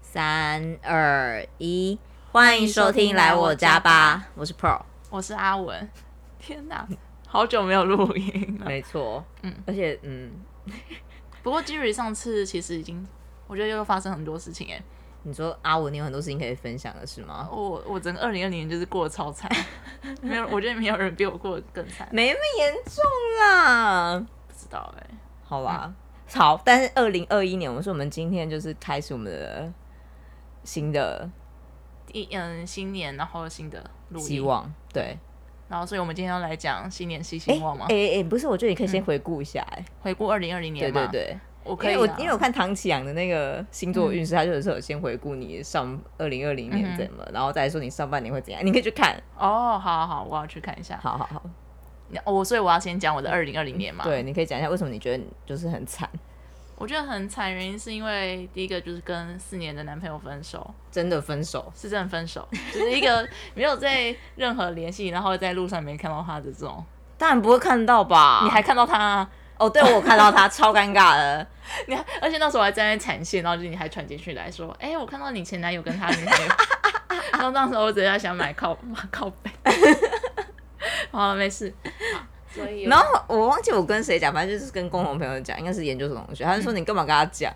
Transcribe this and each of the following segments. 三二一，欢迎收听《来我家 吧》，我是 Pro，我是阿文。天哪，好久没有录音了。没错，嗯，而且嗯，不过 Jerry 上次其实已经，我觉得又发生很多事情哎。你说阿文，你有很多事情可以分享的是吗？我我整个二零二零年就是过得超惨，没有，我觉得没有人比我过得更惨。没那么严重啦，不知道哎、好吧，好，但是二零二一年，我说我们今天就是开始我们的新的一嗯，新年然后新的录音希，望，对，然后所以我们今天要来讲新年新哎希望吗？哎哎，不是，我觉得你可以先回顾一下、哎、回顾二零二零对年嘛，对对。我可以因啊、为我因为我看唐启阳的那个星座运势，他就是有先回顾你上二零二零嗯年哼怎么，然后再说你上半年会怎样，你可以去看。哦，好好好，我要去看一下。好好好，你哦，所以我要先讲我的二零二零年嘛。，对，你可以讲一下为什么你觉得你就是很惨，我觉得很惨，原因是因为第一个就是跟四年的男朋友分手，真的分手，是真的分手，就是一个没有在任何联系，然后在路上没看到他的这种，当然不会看到吧？你还看到他、啊， 哦，对我有看到他超尴尬 的，你还而且那时候我还站在产线，然后就你还传进去来说，哎、我看到你前男友跟他女朋友，然后那时候我只是在想买靠买靠背，好没事，所以然后我忘记我跟谁讲，反正就是跟共同朋友讲，应该是研究所同学，他就说你干嘛跟他讲？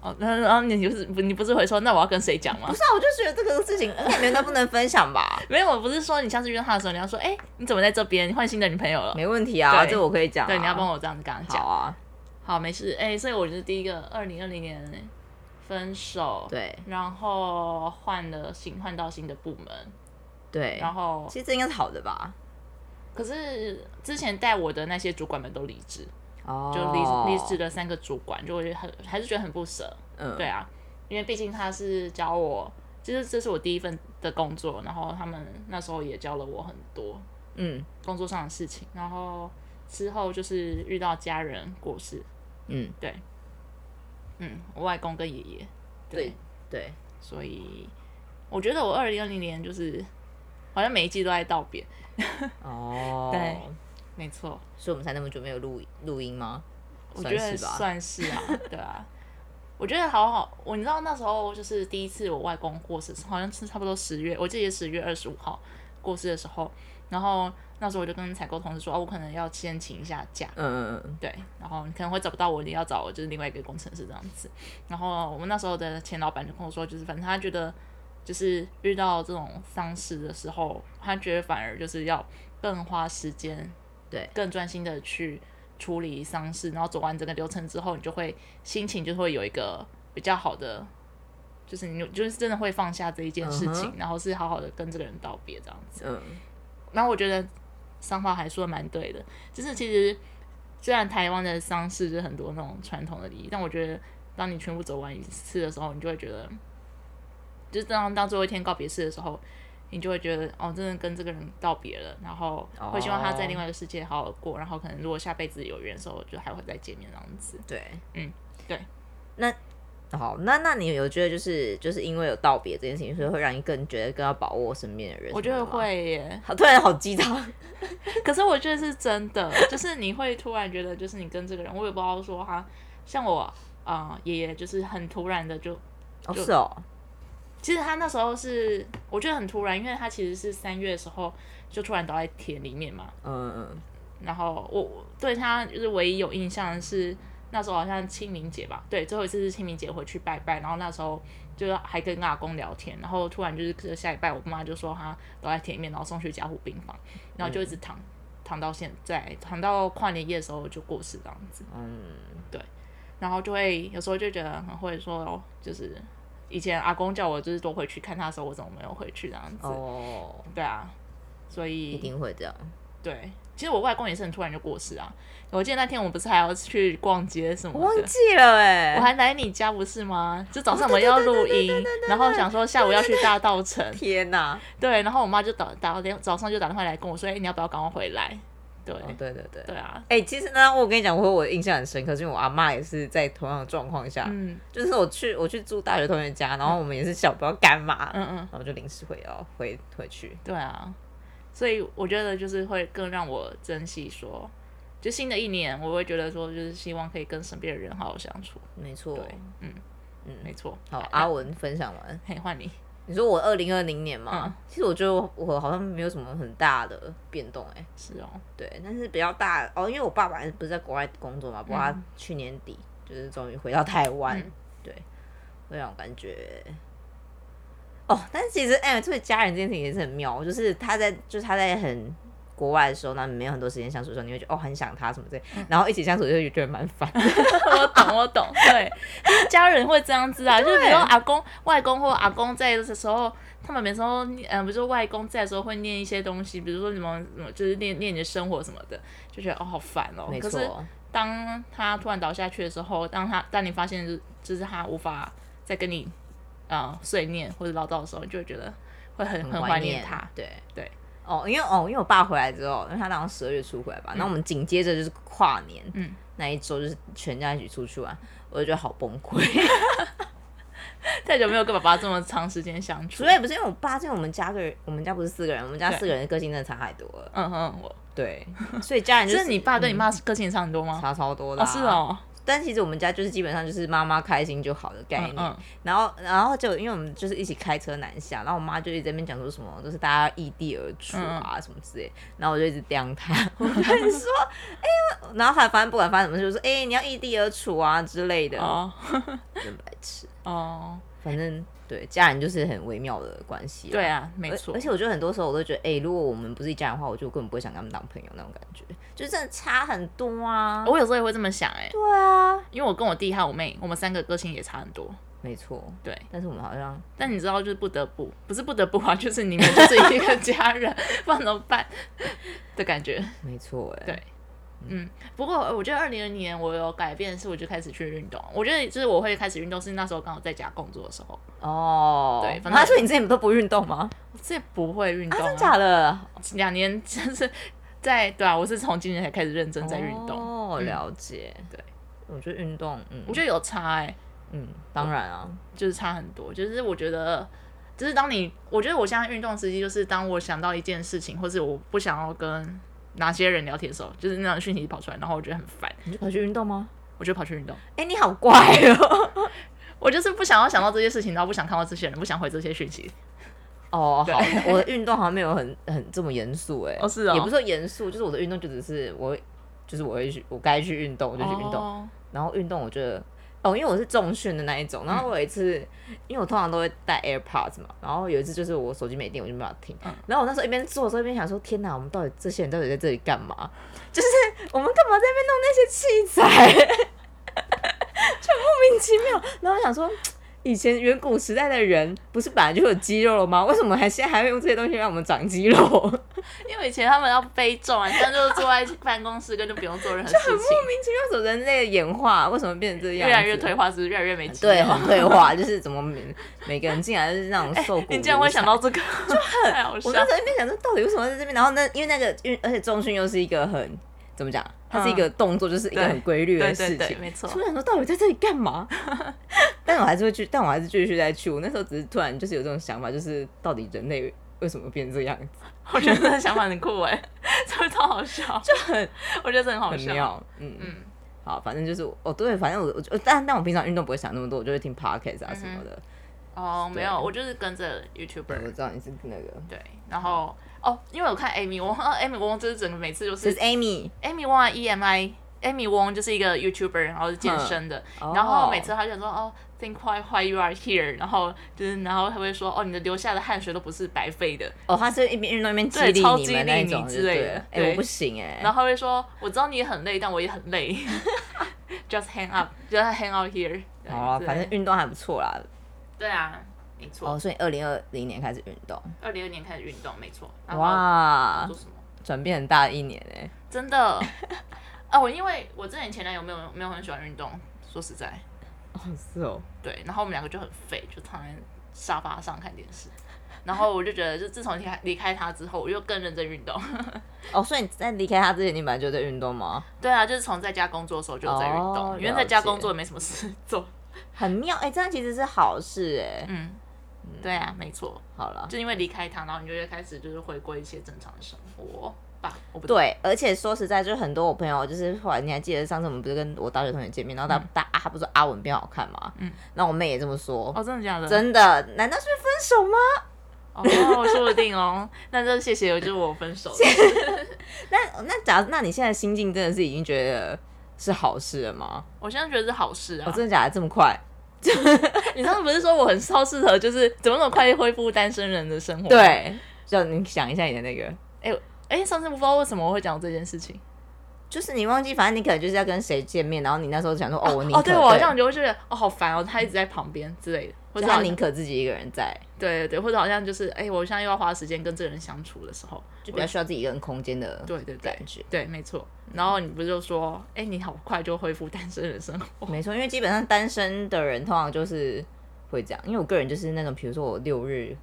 哦，那然后你就是你不是会说那我要跟谁讲吗不？是啊，我就觉得这个事情，你们都不能分享吧？没有，我不是说你下次遇到他的时候，你要说，哎、你怎么在这边？你换新的女朋友了？ 没问题啊，对这我可以讲、啊。对，你要帮我我这样子跟他讲讲。啊，好，没事。哎、所以我就是第一个二零二零年分手，，对然后换了新换到新的部门，对，然后其实这应该是好的吧？可是之前带我的那些主管们都离职，哦，就离离职的三个主管，就我觉得很还是觉得很不舍，嗯，对啊，因为毕竟他是教我，就是这是我第一份的工作，然后他们那时候也教了我很多嗯工作上的事情，然后之后就是遇到家人过世，嗯，对，嗯，我外公跟爷爷，对对，所以我觉得我二零二零年就是好像每一季都在道别，哦，对没错，所以我们才那么久没有录录音吗？我觉得算是吧算是啊，对啊。我觉得好好，我你知道那时候就是第一次我外公过世，好像是差不多十月，我记得十月二十五号过世的时候，然后那时候我就跟采购同事说，哦，我可能要先请一下假，嗯嗯嗯，对，然后你可能会找不到我，你要找我就是另外一个工程师这样子。然后我们那时候的前老板就跟我说，就是反正他觉得，就是遇到这种丧事的时候，他觉得反而就是要更花时间，对，更专心的去处理丧事，然后走完整个流程之后，你就会心情就会有一个比较好的。就是你就是真的会放下这一件事情嗯然后是好好的跟这个人道别这样子。嗯然后我觉得商话还说的蛮对的，就是其实虽然台湾的丧事是很多那种传统的礼仪，但我觉得当你全部走完一次的时候，你就会觉得，哦就是当当最后一天告别式的时候，你就会觉得哦，真的跟这个人道别了，然后会希望他在另外一个世界好好过，然后可能如果下辈子有缘的时候，就还会再见面这样子。对，嗯对。那好，那那你有觉得就是就是因为有道别这件事情，所以会让你更觉得更要把握身边的人？我觉得。会耶，好，突然好哦鸡 汤， 可是我觉得是真的，就是你会突然觉得，就是你跟这个人，我也不知道说他，像我啊爷爷就是很突然的就哦就是哦，其实他那时候是，我觉得很突然，因为他其实是三月的时候就突然倒在田里面嘛。嗯嗯然后我我对他就是唯一有印象的是那时候好像清明节吧，对，最后一次是清明节回去拜拜，然后那时候就是还跟阿公聊天，然后突然就是下礼拜我妈就说他倒在田里面，然后送去加护病房，然后就一直躺、躺到现在，躺到跨年夜的时候就过世这样子。嗯，然后就会有时候就觉得很会说，哦就是以前阿公叫我就是多回去看他的时候，我怎么没有回去这样子？哦，对啊，所一以定嗯会这样。对，其实我外公也是很突然就过世啊。我记得那天我们不是还要去逛街什我么忘的。记了哎、我还来你家不是吗？就早上我们哦要录音，然后想说下午要去大道城， 天哪、对，然后我妈就打打电早上就打电话来跟我说，哎、你要不要赶快回来？对，哦，对对对。对啊，哎、其实呢，我跟你讲，我我印象很深刻，是因为我阿妈也是在同样的状况下，嗯就是我去我去住大学同学家，然后我们也是小不知道干嘛，嗯嗯，然后就临时回要回回去。对啊，所以我觉得就是会更让我珍惜说，就新的一年，我会觉得说，就是希望可以跟身边的人好好相处。没错对，嗯，嗯，没错。好啊来，阿，文分享完，嘿，换你。你说我二零二零年嘛，嗯其实我觉得我我好像没有什么很大的变动哎、是哦， 对，但是比较大哦，因为我爸爸不是在国外工作嘛，不过他去年底就是终于回到台湾，嗯对，会让我感觉。哦，但是其实哎，这个家人这件事情也是很妙，就是他在就是他在很国外的时候，那没有很多时间相处的时候，你会觉得哦很想他什么之类，嗯然后一起相处就觉得蛮烦。我懂，我懂，对，就是家人会这样子啊，就是比如说阿公、外公或阿公在的时候，他们每次都念，呃，比如说外公在的时候会念一些东西，比如说什么什么，就是念念你的生活什么的，就觉得哦好烦哦。没可是错，当他突然倒下去的时候，当他当你发现就是就是他无法再跟你呃碎念或者唠叨的时候，你就会觉得会很很怀念他。对对。哦，因为哦，因为我爸回来之后，因为他好像十二月初回来吧，那、我们紧接着就是跨年，嗯那一周就是全家一起出去玩，我就觉得好崩 溃。太久没有跟爸爸这么长时间相处主，要也不是因为我爸，是因为我们家个人，我们家不是四个人，我们家对四个人的个性真的差太多了。嗯哼，我对，所以家人就嗯 就是是你爸跟你妈个性差很多吗？差超多的、啊哦，是。哦，但其实我们家就是基本上就是妈妈开心就好的概嗯念。嗯，然后，然后就因为我们就是一起开车南下，然后我妈就一直在那边讲说什么，就是大家异地而处嗯啊、什么之类的。然后我就一直刁她，我就说，哎、然后她反正不管发生什么事，就说，哎、你要异地而处啊之类的，哦真白痴。哦，反正对家人就是很微妙的关系、对。啊，没而错，而且我觉得很多时候我都觉得，哎、如果我们不是一家人的话，我就根本不会想跟他们当朋友那种感觉，就真的差很多啊。我有时候也会这么想哎、对啊，因为我跟我弟还有我妹，我们三个个性也差很多。没错。对，但是我们好像但你知道，就是不得不，不是不得不啊，就是你们就是一个家人， 不然怎么办的感觉。没错哎、对嗯，不过呃我觉得二零二零年我有改变，是我就开始去运动。我觉得就是我会开始运动，是那时候刚好在家工作的时候，哦，对反正他说你之前都不运动吗？我自己不会运啊，动、真假的？ 两年就是在对啊，我是从今年才开始认真在运动。哦，嗯了解。对，我觉得运动，嗯，我觉得有差哎、嗯，当然啊，就是差很多。就是我觉得，就是当你，我觉得我现在运动时机，就是当我想到一件事情，或是我不想要跟哪些人聊天的时候，就是那种讯息跑出来，然后我觉得很烦，你就跑去运动吗？我就跑去运动。哎、你好怪 哦。我就是不想要想到这些事情，然后不想看到这些人，不想回这些讯息。哦，对好，我的运动好像没有很很这么严肃哎，哦是哦也不是说严肃，就是我的运动就只是我会，就是我会去，我该去运动我我就去运动，然后运动我觉得。哦，因为我是重训的那一嗯种，然后我有一次，因为我通常都会带 AirPods 嘛，然后有一次就是我手机没电，我就没办法听。嗯然后我那时候一边做的时候一边想说，天哪，我们到底这些人到底在这里干嘛？就是我们干嘛在那边弄那些器材？ 就莫名其妙。然后我想说，以前远古时代的人不是本来就有肌肉了吗？为什么还现在还会用这些东西让我们长肌 肉？莫因为以前他们要背重啊，现在就是坐在办公室，根本就不用做任何事情，名其妙，什么人类的演化为什么变成这样越子？来越退化，是不是越来越没肌肉对，哎很退化，就是怎么每每个人进来就是那 种瘦骨、你竟然会想到，这个，就很 太好我笑那。时候一边想说，到底为什么在这边？然后那因为那个，因为而且中训又是一个很怎么讲，它是一个动作，就是一个对很规律对的事对情。对，没错所以。我想说，到底在这里干嘛？ 但我还是会去，但我还是继续再去。我那时候只是突然就是有这种想法，就是到底人类为什么变这样子，我觉得这个想法很酷哎， 这会超好笑，就很， 我觉得这很好很笑。妙。嗯嗯。嗯，好，反正就是哦，对，反正我我但但我平常运动不会想那么多，我就会听 podcast 啊什么的。哦，没有，对我就是跟着我 YouTuber，知道你是那个，对，然后哦，因为我看 Amy 翁呃，Amy 翁就是整个每次就这是是 Amy， Amy 翁啊，EMI。Amy Wong 就是一个 YouTuber，然后是健身的，嗯然后哦每次他就说哦，Think why why you are here，然后就是然后他会说哦，你的流下的汗水都不是白费的，哦，他是一边运动一边激对励超你激们励那一你种之就类对的了哎、对我不行哎、然后他会说我知道你也很累，但我也很累 ，just hang up，just hang out here 对。好啊，对反正运动还不错啦。对啊，没错。哦，所以二零二零年开始运动，二零二年开始运动，没错。然后哇做，什么？转变很大的一年哎、真的，啊，我因为我之前前男友没有没有很喜欢运动，说实在，哦，是哦，对，然后我们两个就很废，就躺在沙发上看电视。然后我就觉得，就自从离开离开他之后，我又更认真运动。哦，所以你在离开他之前，你本来就在运动吗？对啊，就是从在家工作的时候就有在运动，哦因为在家了解工作也没什么事 做。很妙哎、这样其实是好事哎、嗯，对啊，没错，好了，就因为离开他，然后你就会开始就是回归一些正常的生活。吧？我不知道对，而且说实在，就很多我朋友，就是后来你还记得上次我们不是跟我大学同学见面，然后他、大他不是说阿文变好看吗？嗯，那我妹也这么说，哦，真的假的？真的，难道是分手吗？哦，说不定哦。 那真的谢谢，就是我分手了。那那假如那你现在心境真的是已经觉得是好事了吗？我现在觉得是好事哦，啊。真的假的这么快？你上次不是说我很超适合，就是怎么那么快恢复单身人的生活？，对，就你想一下你的那个，哎、哎、上次不知道为什么我会讲这件事情。就是你忘记，反正你可能就是要跟谁见面，然后你那时候想说，哦，我宁可哦，对我好像就会觉得哦，好烦哦，他一直在旁边之类的，或就者他好像宁可自己一个人在，对对对，或者好像就是哎、我现在又要花时间跟这个人相处的时候，就比较需要自己一个人空间的对对对感觉。对，没错。然后你不是就说，哎、你好快就恢复单身人生活？ 没错，因为基本上单身的人通常就是会这样，因为我个人就是那种，比如说我六日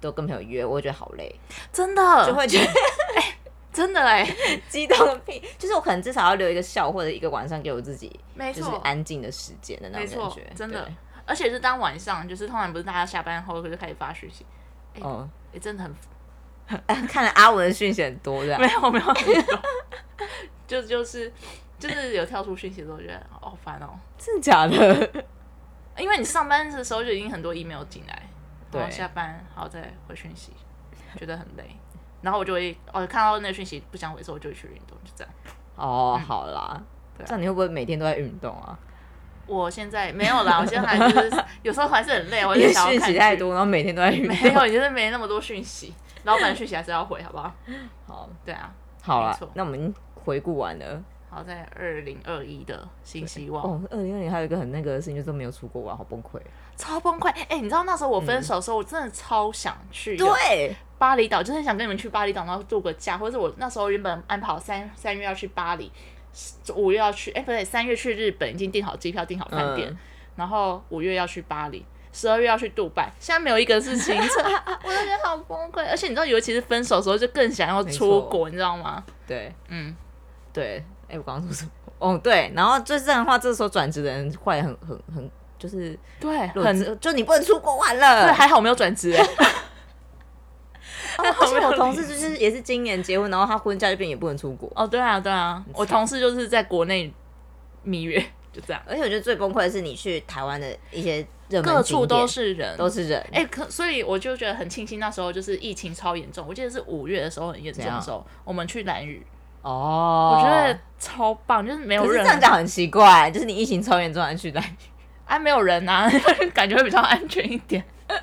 都跟朋友约，我会觉得好累，真的，就会觉得 真的哎、激动个屁，就是我可能至少要留一个下午或者一个晚上给我自己， 没就是错，安静的时间的那没种感错觉，，真的。哎而且是当晚上，就是通常不是大家下班后就开始发讯息，对。哦， 哎、真的很看来阿文的讯息很多，对吧？没有没有很多， 就就是就是有跳出讯息的时候，我觉得哦好烦哦，真的假的？ 因为你上班的时候就已经很多 email 进来，然后对下班然后再回讯息，觉得很累。然后我就会，哦，看到那个讯息不想回的时候，我就会去运动，就这样。哦，好啦，嗯对啊这样你会不会每天都在运动啊？我现在没有 啦，我现在还就是有时候还是很累，我因就为想要讯看息剧太，多，然后每天都在运没动。有，就是没那么多讯息，老板讯息还是要回，好不好？ 好，对啊，好没啦错，那我们回顾完了。好在二零二一的新希望，哦，二零二零还有一个很那个的事情，就是都没有出国玩，好崩溃。超崩溃。哎、你知道那时候我分手的时候，我真的超想去的对，巴厘岛，就是很想跟你们去巴厘岛，然后度个假，或者是我那时候原本安排好三三月要去巴黎，五月要去，哎、不对，三月去日本已经订好机票、订好饭店，嗯然后五月要去巴黎。十二月要去杜拜，现在没有一个是行程， 我就觉得好崩溃。而且你知道，尤其是分手的时候，就更想要出国，你知道吗？对嗯，对，哎、我刚刚说什么？哦，对，然后就是这样的话，这时候转职的人坏很很很，就是对，很很就你不能出国玩了。对，还好没有转 职、哎哦还好而且没有我同事就是也是今年结婚，然后他婚假这边也不能出国。哦，对啊，对啊，我同事就是在国内蜜月，就这样，而且我觉得最崩溃的是，你去台湾的一些热门各处景点都是人，都是人。哎、可所以我就觉得很庆幸，那时候就是疫情超严重，我记得是五月的时候很严重怎样的时候，我们去蓝屿，哦，我觉得超棒，就是没有可是人这样讲很奇怪，就是你疫情超严重还去来。啊，没有人啊， 感觉会比较安全一点。啊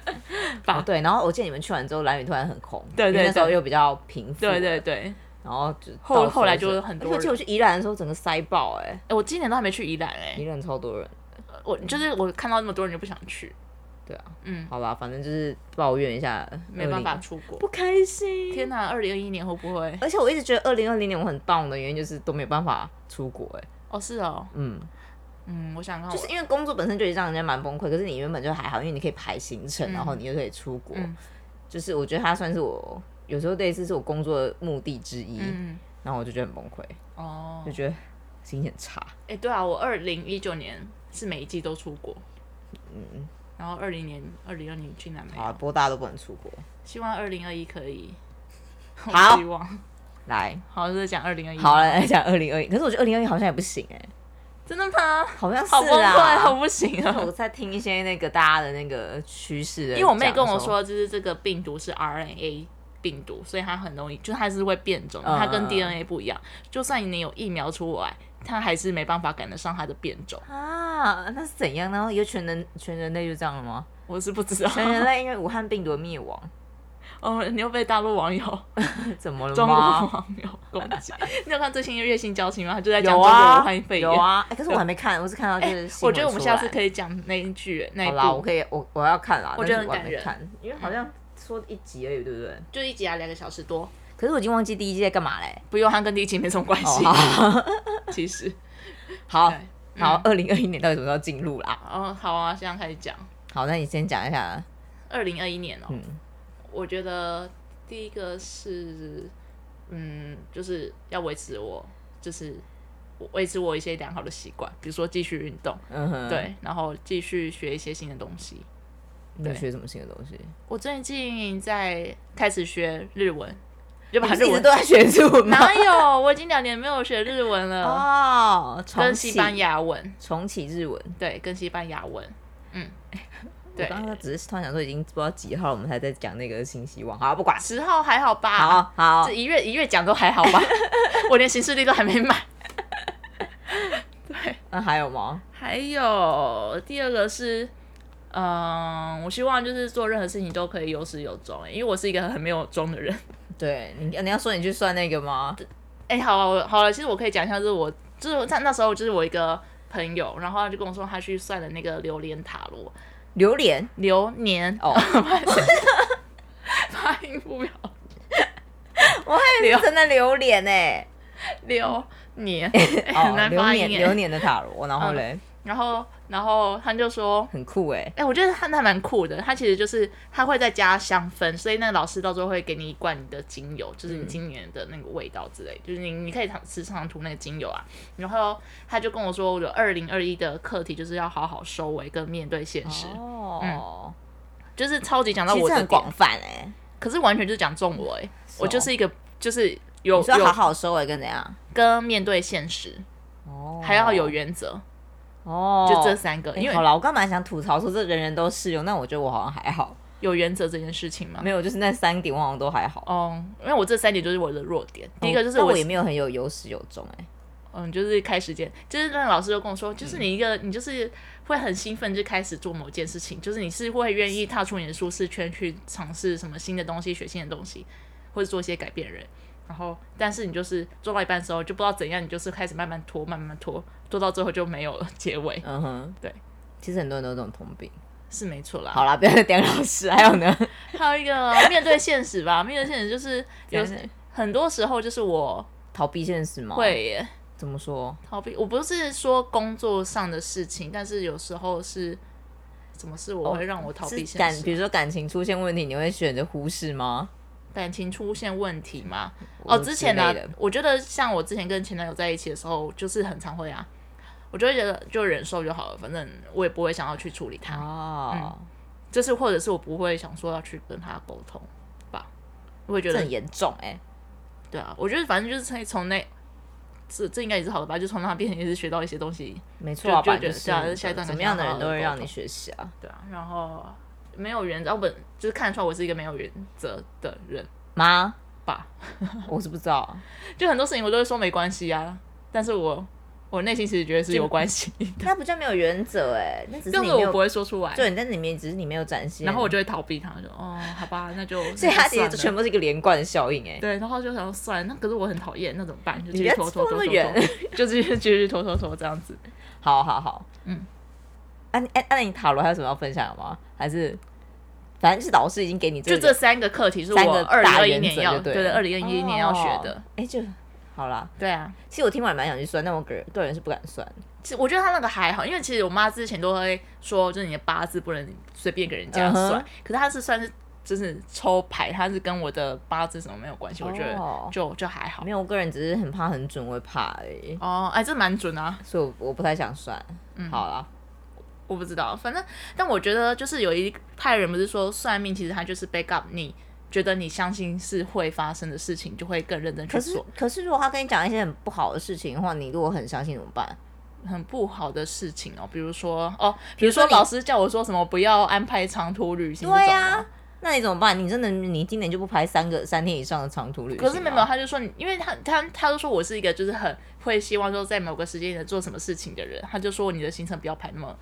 哦，对，然后我记得你们去完之后，蓝雨突然很红，对对因为那时对候又比较平复，对对，对，然后就后到处都后来是就很多而且我去宜兰的时候，整个塞爆、欸，哎、我今年都还没去宜兰哎、哎，宜兰超多人。我嗯就是我看到那么多人就不想去，对啊，嗯，好吧，反正就是抱怨一下，没办法20，出国。不开心。天哪、2二零二一年会不会？而且我一直觉得二零二零年我很棒的原因就是都没有办法出国、哎，哦，是哦，嗯，嗯，我想看我，就是因为工作本身就已经让人家蛮崩溃，可是你原本就还好，因为你可以排行程，嗯然后你又可以出国，嗯就是我觉得它算是我有时候类似是我工作的目的之一，嗯，然后我就觉得很崩溃，哦就，觉得心情很差。哎、对啊，我二零一九年是每一季都出国，嗯，然后二零年、二零二零竟然没有好啊，不过大家都不能出国。希望二零二一可以。好希望来，好就是讲二零二一。好，来来讲二零二一，可是我觉得二零二一好像也不行哎、真的吗？好像是好崩溃，啦。好不行因为啊！ 我在听一些那个大家的那个趋势的讲的因时候，为我妹跟我说，就是这个病毒是 RNA 病毒，所以它很容易，就是它是会变种，嗯它跟嗯 DNA 不一样。就算你有疫苗出来，它还是没办法赶得上它的变种。啊，那是怎样呢？有全人全人类就这样了吗？我是不知道。全人类因为武汉病毒的灭亡， 哦，你又被大陆网友、怎么了中国吗？网友攻击。你有看最新的月薪交情吗？他就在讲有中国武啊汉，肺炎。哎有啊、哎可是我还没看，我是看到就是新我闻出来、觉得我们下次可以讲那一句欸那一好啦，部我可以，我我要看啦，我觉得但是我很还没感看，因为好像说一集而已，对不对？就一集啊，两个小时多，可是我已经忘记第一季在干嘛嘞。不用，它跟第一集没什么关 系。哦好 其实，好哦对嗯好，二零二一年到底什么时候进入啦？哦，好啊，现在开始讲好，那你先讲一下，二零二一年哦、嗯，我觉得第一个是，嗯，就是要维持我，就是我维持我一些良好的习惯，比如说继续运动，嗯哼，，对，然后继续学一些新的东西。你有对学什么新的东西？我最近在开始学日文，就你把不是日一直文都在学日文吗？哪有？我已经两年没有学日文 了，哦，重跟启西班牙文，重启日文。对，跟西班牙文， 嗯，我对，刚刚只是突然想说，已经不知道几号了，我们还在讲那个新希望。好，不管，十号还好吧？好好这，一月一月讲都还好吧？ 我连行事历都还没买。那还有吗？还有第二个是，嗯，我希望就是做任何事情都可以有始有终、欸，因为我是一个很没有终的人。对你，你要说你去算那个吗？ 哎、好、啊，我好了、其实我可以讲一下，就是我就是在那时候就是我一个朋友，然后他就跟我说他去算了那个榴莲塔罗，榴莲流年哦，发音不 标 我还以为是真的榴莲呢、流年，欸 很哦，难榴发莲音、榴欸。莲的塔罗，然后嗯嘞，然后然后他就说，很酷哎、哎、我觉得他那蛮酷的。他其实就是他会再加香氛，所以那个老师到时候会给你一罐你的精油，就是你嗯今年的那个味道之类，就是你你可以常时常涂那个精油啊。然后他就跟我说，我的二零二一的课题就是要好好收尾跟面对现实，哦，就是超级讲到其我实的很点广，泛哎、可是完全就是讲中我哎、我就是一个就是有你说好有好收尾跟怎样？跟面对现实，哦，还要有原则，哦，就这三个，哎因好为了，我刚本来想吐槽说这人人都适用，但我觉得我好像还好，有原则这件事情嘛没。有，就是那三点我好像都还好。哦，因为我这三点就是我的弱点。第一个就是但哦我我也没有很有有始有终哎、嗯，就是开时间，就是那个老师就跟我说，嗯就是你一个，你就是会很兴奋就开始做某件事情，就是你是会愿意踏出你的舒适圈去尝试什么新的东西、学新的东西，或者做一些改变的人。然后，但是你就是做到一半的时候，就不知道怎样，你就是开始慢慢拖，慢慢拖，拖到最后就没有了结尾，嗯哼，对。其实很多人都有这种通病。 是没错啦。好啦，不要再点老师。还有呢，还有一个面对现实吧，面对现实就是有怎样呢很多时候就是我逃避现实吗？会耶怎么说？逃避，我不是说工作上的事情，但是有时候是什么事我会让我逃避哦是现感，实？比如说感情出现问题，你会选择忽视吗？感情出现问题吗？我哦，之前呢、之类的我觉得像我之前跟前男友在一起的时候，就是很常会啊，我就会觉得就忍受就好了，反正我也不会想要去处理他，哦，就是或者是我不会想说要去跟他沟通吧，我会觉这得很严重哎、对啊，我觉得反正就是从从那。这这应该也是好的吧，就从那边也是学到一些东西，没错啊，就本来就就是对啊下一段怎感么情样的好人好都地会沟让通你学习啊。对啊，然后没有原则，我本就是看得出来我是一个没有原则的人妈，吧。 我是不知道 啊，就很多事情我都会说没关系啊，但是我我内心其实觉得是有关系，那不叫没有原则哎、那只是但你是没我有不，会说出来，对，你在里面只是你没有展现。然后我就会逃避他，就哦，好吧，那就 所以它其那实就全算了部是一个连贯的效应哎、对，然后就想说算了，那可是我很讨厌，那怎么办？就继你续不要拖拖拖那拖么拖远拖，就继续继续拖拖拖这样子。 好好好，嗯。啊，你哎、啊，那你塔罗还有什么要分享的吗？还是反正是老师已经给你就这个这三个课题是三我个二零大二一原年则要就对对了二零二一年要学的哦，哎、就好啦。对啊。其实我听完蛮想去算，但我个人个人是不敢算。其实我觉得他那个还好，因为其实我妈之前都会说，就是你的八字不能随便给人家嗯哼算。可是他是算是就是抽牌，他是跟我的八字什么没有关系，我觉哦得就就还好没。有，我个人只是很怕很准，我会怕而已，哦，哎，这蛮准啊，所以我我不太想算。好啦，我不知道，反正但我觉得就是有一派人不是说算命，其实他就是 back up 你觉得你相信是会发生的事情，就会更认真去可是做。可是如果他跟你讲一些很不好的事情的话，你如果很相信怎么办？很不好的事情哦，比如说哦，比如如说说你老师叫我说什么不要安排长途旅行这种对啊，呀、那你怎么办？你真的你今年就不排三个三天以上的长途旅行吗？可是没有，他就说你，因为他他他就说我是一个就是很会希望说在某个时间点做什么事情的人，他就说你的行程不要排那么，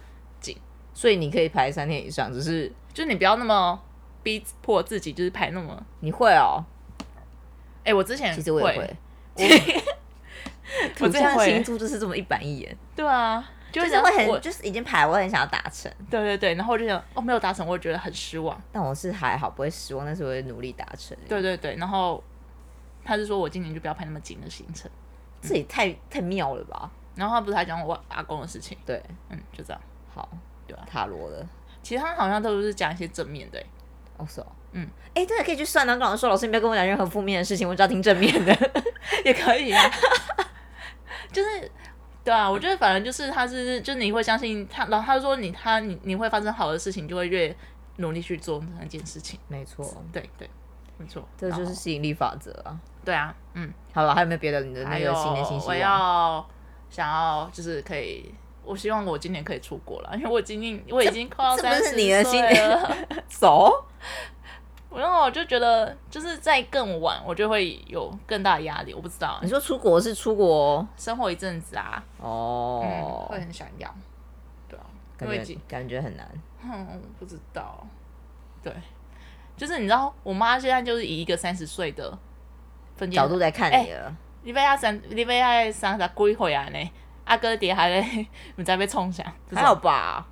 所以你可以排三天以上，只是就是你不要那么逼迫自己，就是排那么。你会哦。哎、我之前其实我也嗯会， 土我之前象星会，座就是这么一板一眼，对啊，就就是想会很我就是已经排，我很想要达成，对对对，然后我就想哦没有达成，我就觉得很失望，但我是还好不会失望，但是我会努力达成。对对对，然后他就说我今年就不要排那么紧的行程，这也太太妙了吧？然后他不是还讲我阿公的事情，对，嗯，就这样，好，对啊塔罗的，其他好像都是讲一些正面的、欸哦是哦，嗯，哎，真的可以去算了。跟老师说，老师你不要跟我讲任何负面的事情，我只要听正面的。 也可以 啊，就是对啊，我觉得反正就是他是就是你会相信他，然后他说你他你你会发生好的事情，就会越努力去做那件事情。没错，对对，没错，这然就后是吸引力法则啊。对啊，嗯，好了，还有没有别的你的还那有个新年信息我啊？要想要就是可以，我希望我今年可以出国了，因为我今年我已经快要这三不十是岁你的新年了，走，然后我就觉得就是再更晚，我就会有更大的压力，我不知道你说出国是出国生活一阵子啊，嗯，哦，会很想要，对啊，因感为觉今感觉很难。嗯，不知道。对，就是你知道，我妈现在就是以一个三十岁的分界角度在看你哎了，你要要三，你要要三十几岁啊呢？阿哥爹还在， 你在被冲响，这种还好吧？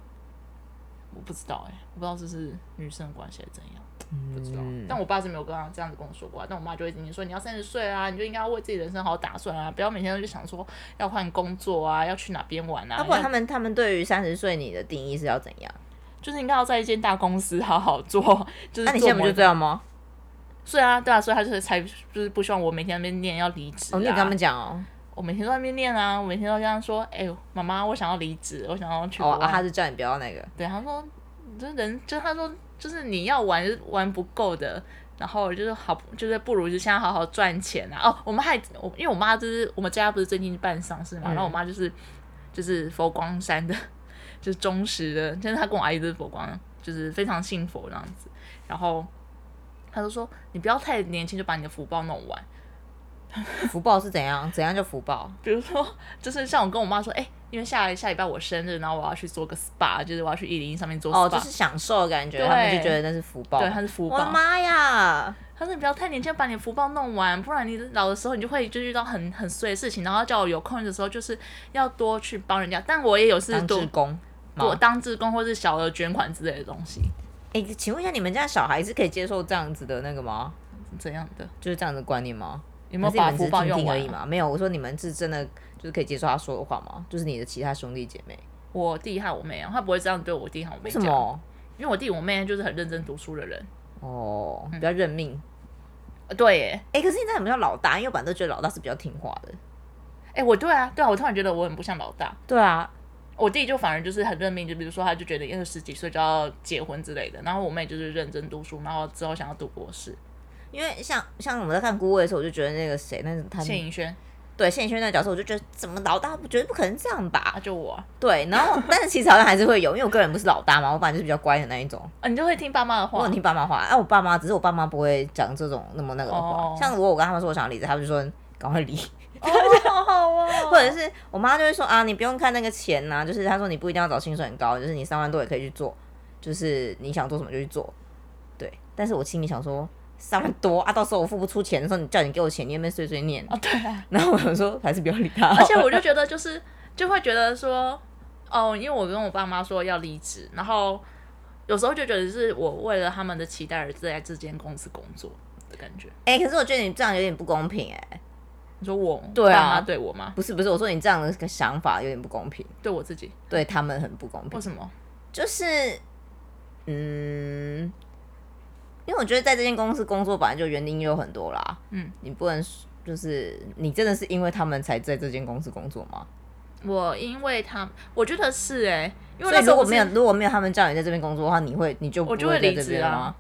我不知道哎、我不知道这是女生的关系还是怎样，嗯，不知道。但我爸是没有跟他这样子跟我说过、啊，但我妈就会跟你说，你要三十岁啊，你就应该要为自己人生好好打算啊，不要每天都去想说要换工作啊，要去哪边玩啊，那不管要他们他们对于三十岁你的定义是要怎样？就是应该要在一间大公司好好做， 就是那你做现在不某就一这样吗？是啊，对啊，所以他就是才就是不希望我每天在那边念要离职、啊。哦，你有跟他们讲哦，我每天都在那边念啊，我每天都跟他说，哎、妈妈，我想要离职，我想要去哦，国啊外。他是叫你不要那个，对，他说，这人就他说，就是你要玩就是玩不够的，然后就是好，就是不如就现在好好赚钱啊。哦，我们还我因为我妈就是我们家不是最近办丧事嘛，嗯然后我妈就是就是佛光山的， 就是忠实的，但是她跟我阿姨都是佛光，就是非常信佛这样子。然后她就说，你不要太年轻就把你的福报弄完。 福报是怎样？怎样叫福报？比如说，就是像我跟我妈说，哎、因为下下礼拜我生日，然后我要去做个 SPA，就是我要去一零一上面做 SPA，、哦，就是享受的感觉，对他们就觉得那是福报。对，它是福我的报。妈呀！她说你不要太年轻，把你的福报弄完，不然你老的时候你就会就遇到很很衰的事情。然后叫我有空的时候，就是要多去帮人家。但我也有是当多志工吗多当志工或是小额捐款之类的东西，哎、请问一下，你们家小孩是可以接受这样子的那个吗？怎样的？就是这样的观念吗？有有没有把福报听用听而完已啊？嘛？没有，我说你们是真的就是可以接受他说的话吗？就是你的其他兄弟姐妹，我弟和我妹啊，他不会这样对我弟和我妹为什讲，么？因为我弟我妹就是很认真读书的人。哦，嗯比较认命。呃对耶，哎、可是你这样比较老大，因为我本来都觉得老大是比较听话的。哎，我对啊，对啊，我突然觉得我很不像老大。对啊，我弟就反而就是很认命，就比如说他就觉得因为十几岁就要结婚之类的，然后我妹就是认真读书，然后之后想要读博士。因为像像我们在看《孤味》的时候，我就觉得那个谁，那是他谢颖轩对谢颖轩那个角色，我就觉得怎么老大不绝对不可能这样吧啊，？就我啊，对，然后但是其实好像还是会有，因为我 个人不是老大嘛，我本来就是比较乖的那一种，啊你就会听爸妈的我话很，听爸妈话。哎、我爸妈只是我爸妈不会讲这种那么那个的话，哦像如果我跟他们说我想离职，他们就说嗯赶快离，哦，好好哦，或者是我妈就会说啊，你不用看那个钱呐、就是她说你不一定要找薪水很高，就是你三万多也可以去做，就是你想做什么就去做。对，但是我心里想说三万多啊，到时候我付不出钱的时候，你叫你给我钱，你有没有碎碎念？哦，对啊，然后我想说还是不要理他好了。而且我就觉得就是就会觉得说，哦，因为我跟我爸妈说要离职，然后有时候就觉得是我为了他们的期待而在这间公司工作的感觉。哎、可是我觉得你这样有点不公平哎、你说我对啊爸妈对我吗？不是不是，我说你这样的想法有点不公平，对我自己？对他们很不公平为。什么？就是，嗯，因为我觉得在这间公司工作本来就原因有很多啦，嗯，你不能就是你真的是因为他们才在这间公司工作吗？我因为他，我觉得是哎、因所为那以时如候果不是没有如果没有他们叫你在这边工作的话，你会你就不我就会会在离这职边了啊吗？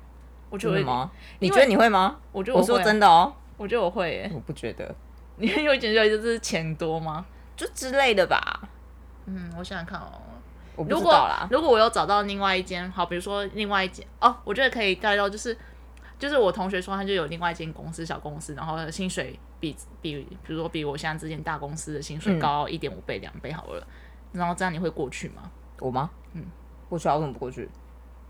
我觉真的得我吗？你因觉为得你会吗？我觉得嗯我我会说啊真，的哦，我觉得我会 耶、我不觉得，你因为有觉得就是钱多吗？就之类的吧，嗯，我想想看哦。我不如知果道啦。如果我有找到另外一间，好，比如说另外一间哦，我觉得可以带到就是就是我同学说他就有另外一间公司小公司，然后呃薪水比比比如说比我现在之前大公司的薪水嗯高一点五倍两倍好了，然后这样你会过去吗？我吗？嗯嗯，过去啊，为什么不过去？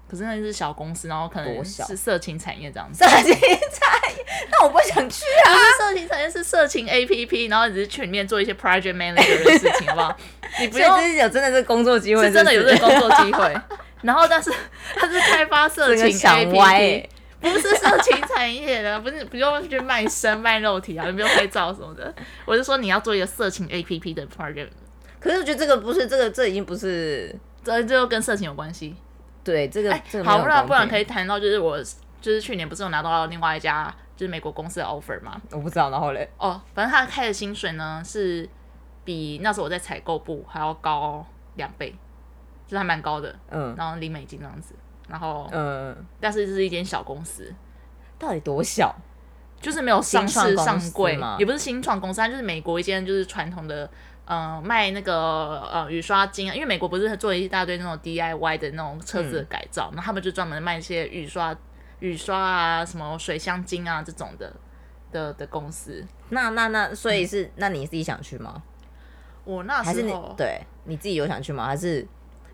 可是那是小公司，然后可能多小是色情产业这 样子色。情产业，那我不想去啊。色情产业是色情 A P P，然后你只是去里面做一些 project manager 的事情，好 不好？你不所以用这是有真的是工作机会，是真的有不这个工作 机会。然后，但是他是开发色整情个 A 想 P 歪 P，欸不是色情产业的，不是不用去卖身卖肉体啊，你不用拍照什么的。我是说你要做一个色情 A P P 的 project，可是我觉得这个不是这个，这已经不是这这就跟色情有关系。对这个、哎这个，没有好，不然公平不然可以谈到就是我就是去年不是有拿到另外一家就是美国公司的 offer 吗？我不知道，然后嘞，哦，反正他开的薪水呢是比那时候我在采购部还要高两倍，就是还蛮高的，嗯然后零美金这样子。然后，嗯，但是这是一间小公司，到底多小？就是没有上市新创公上司柜吗，也不是新创公司，它就是美国一间就是传统的，呃，卖那个呃雨刷巾啊，因为美国不是做一大堆那种 DIY 的那种车子的改造，然后他们就专门卖一些雨刷、雨刷啊、什么水箱巾啊这种的的的公司。那那那，所以是、那你自己想去吗？嗯啊我那还是时你候，对你自己有想去吗？还是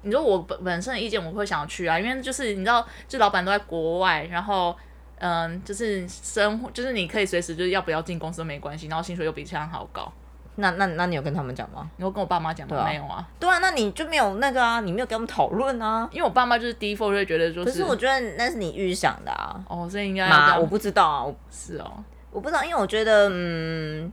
你说我本本身的意见，我会想要去啊，因为就是你知道，就老板都在国外，然后嗯，就是生活，就是你可以随时就是要不要进公司都没关系，然后薪水又比香港好高。那那那你有跟他们讲吗？你会跟我爸妈讲吗？对啊没有啊，对啊，那你就没有那个啊，你没有跟他们讨论啊。因为我爸妈就是 d e f a u l 就会觉得说可是，是我觉得那是你预想的啊，哦，所以应该要这妈，样我不知道啊，我是哦，我不知道，因为我觉得，嗯，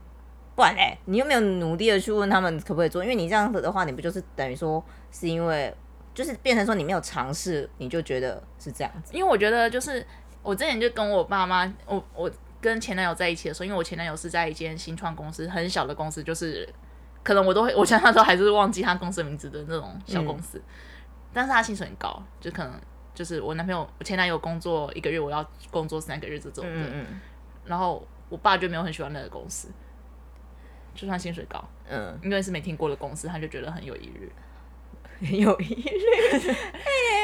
不然嘞、你又没有努力的去问他们可不可以做，因为你这样子的话，你不就是等于说是因为就是变成说你没有尝试，你就觉得是这样子。因为我觉得就是我之前就跟我爸妈，我我跟前男友在一起的时候，因为我前男友是在一间新创公司，很小的公司，就是可能我都会，我想那时候还是忘记他公司名字的那种小公嗯司，但是他薪水很高，就可能就是我男朋友我前男友工作一个月，我要工作三个月这种的，嗯嗯然后我爸就没有很喜欢那个公司，就算薪水高，嗯， 因为是没听过的公司，他就觉得很有疑虑。很有疑虑。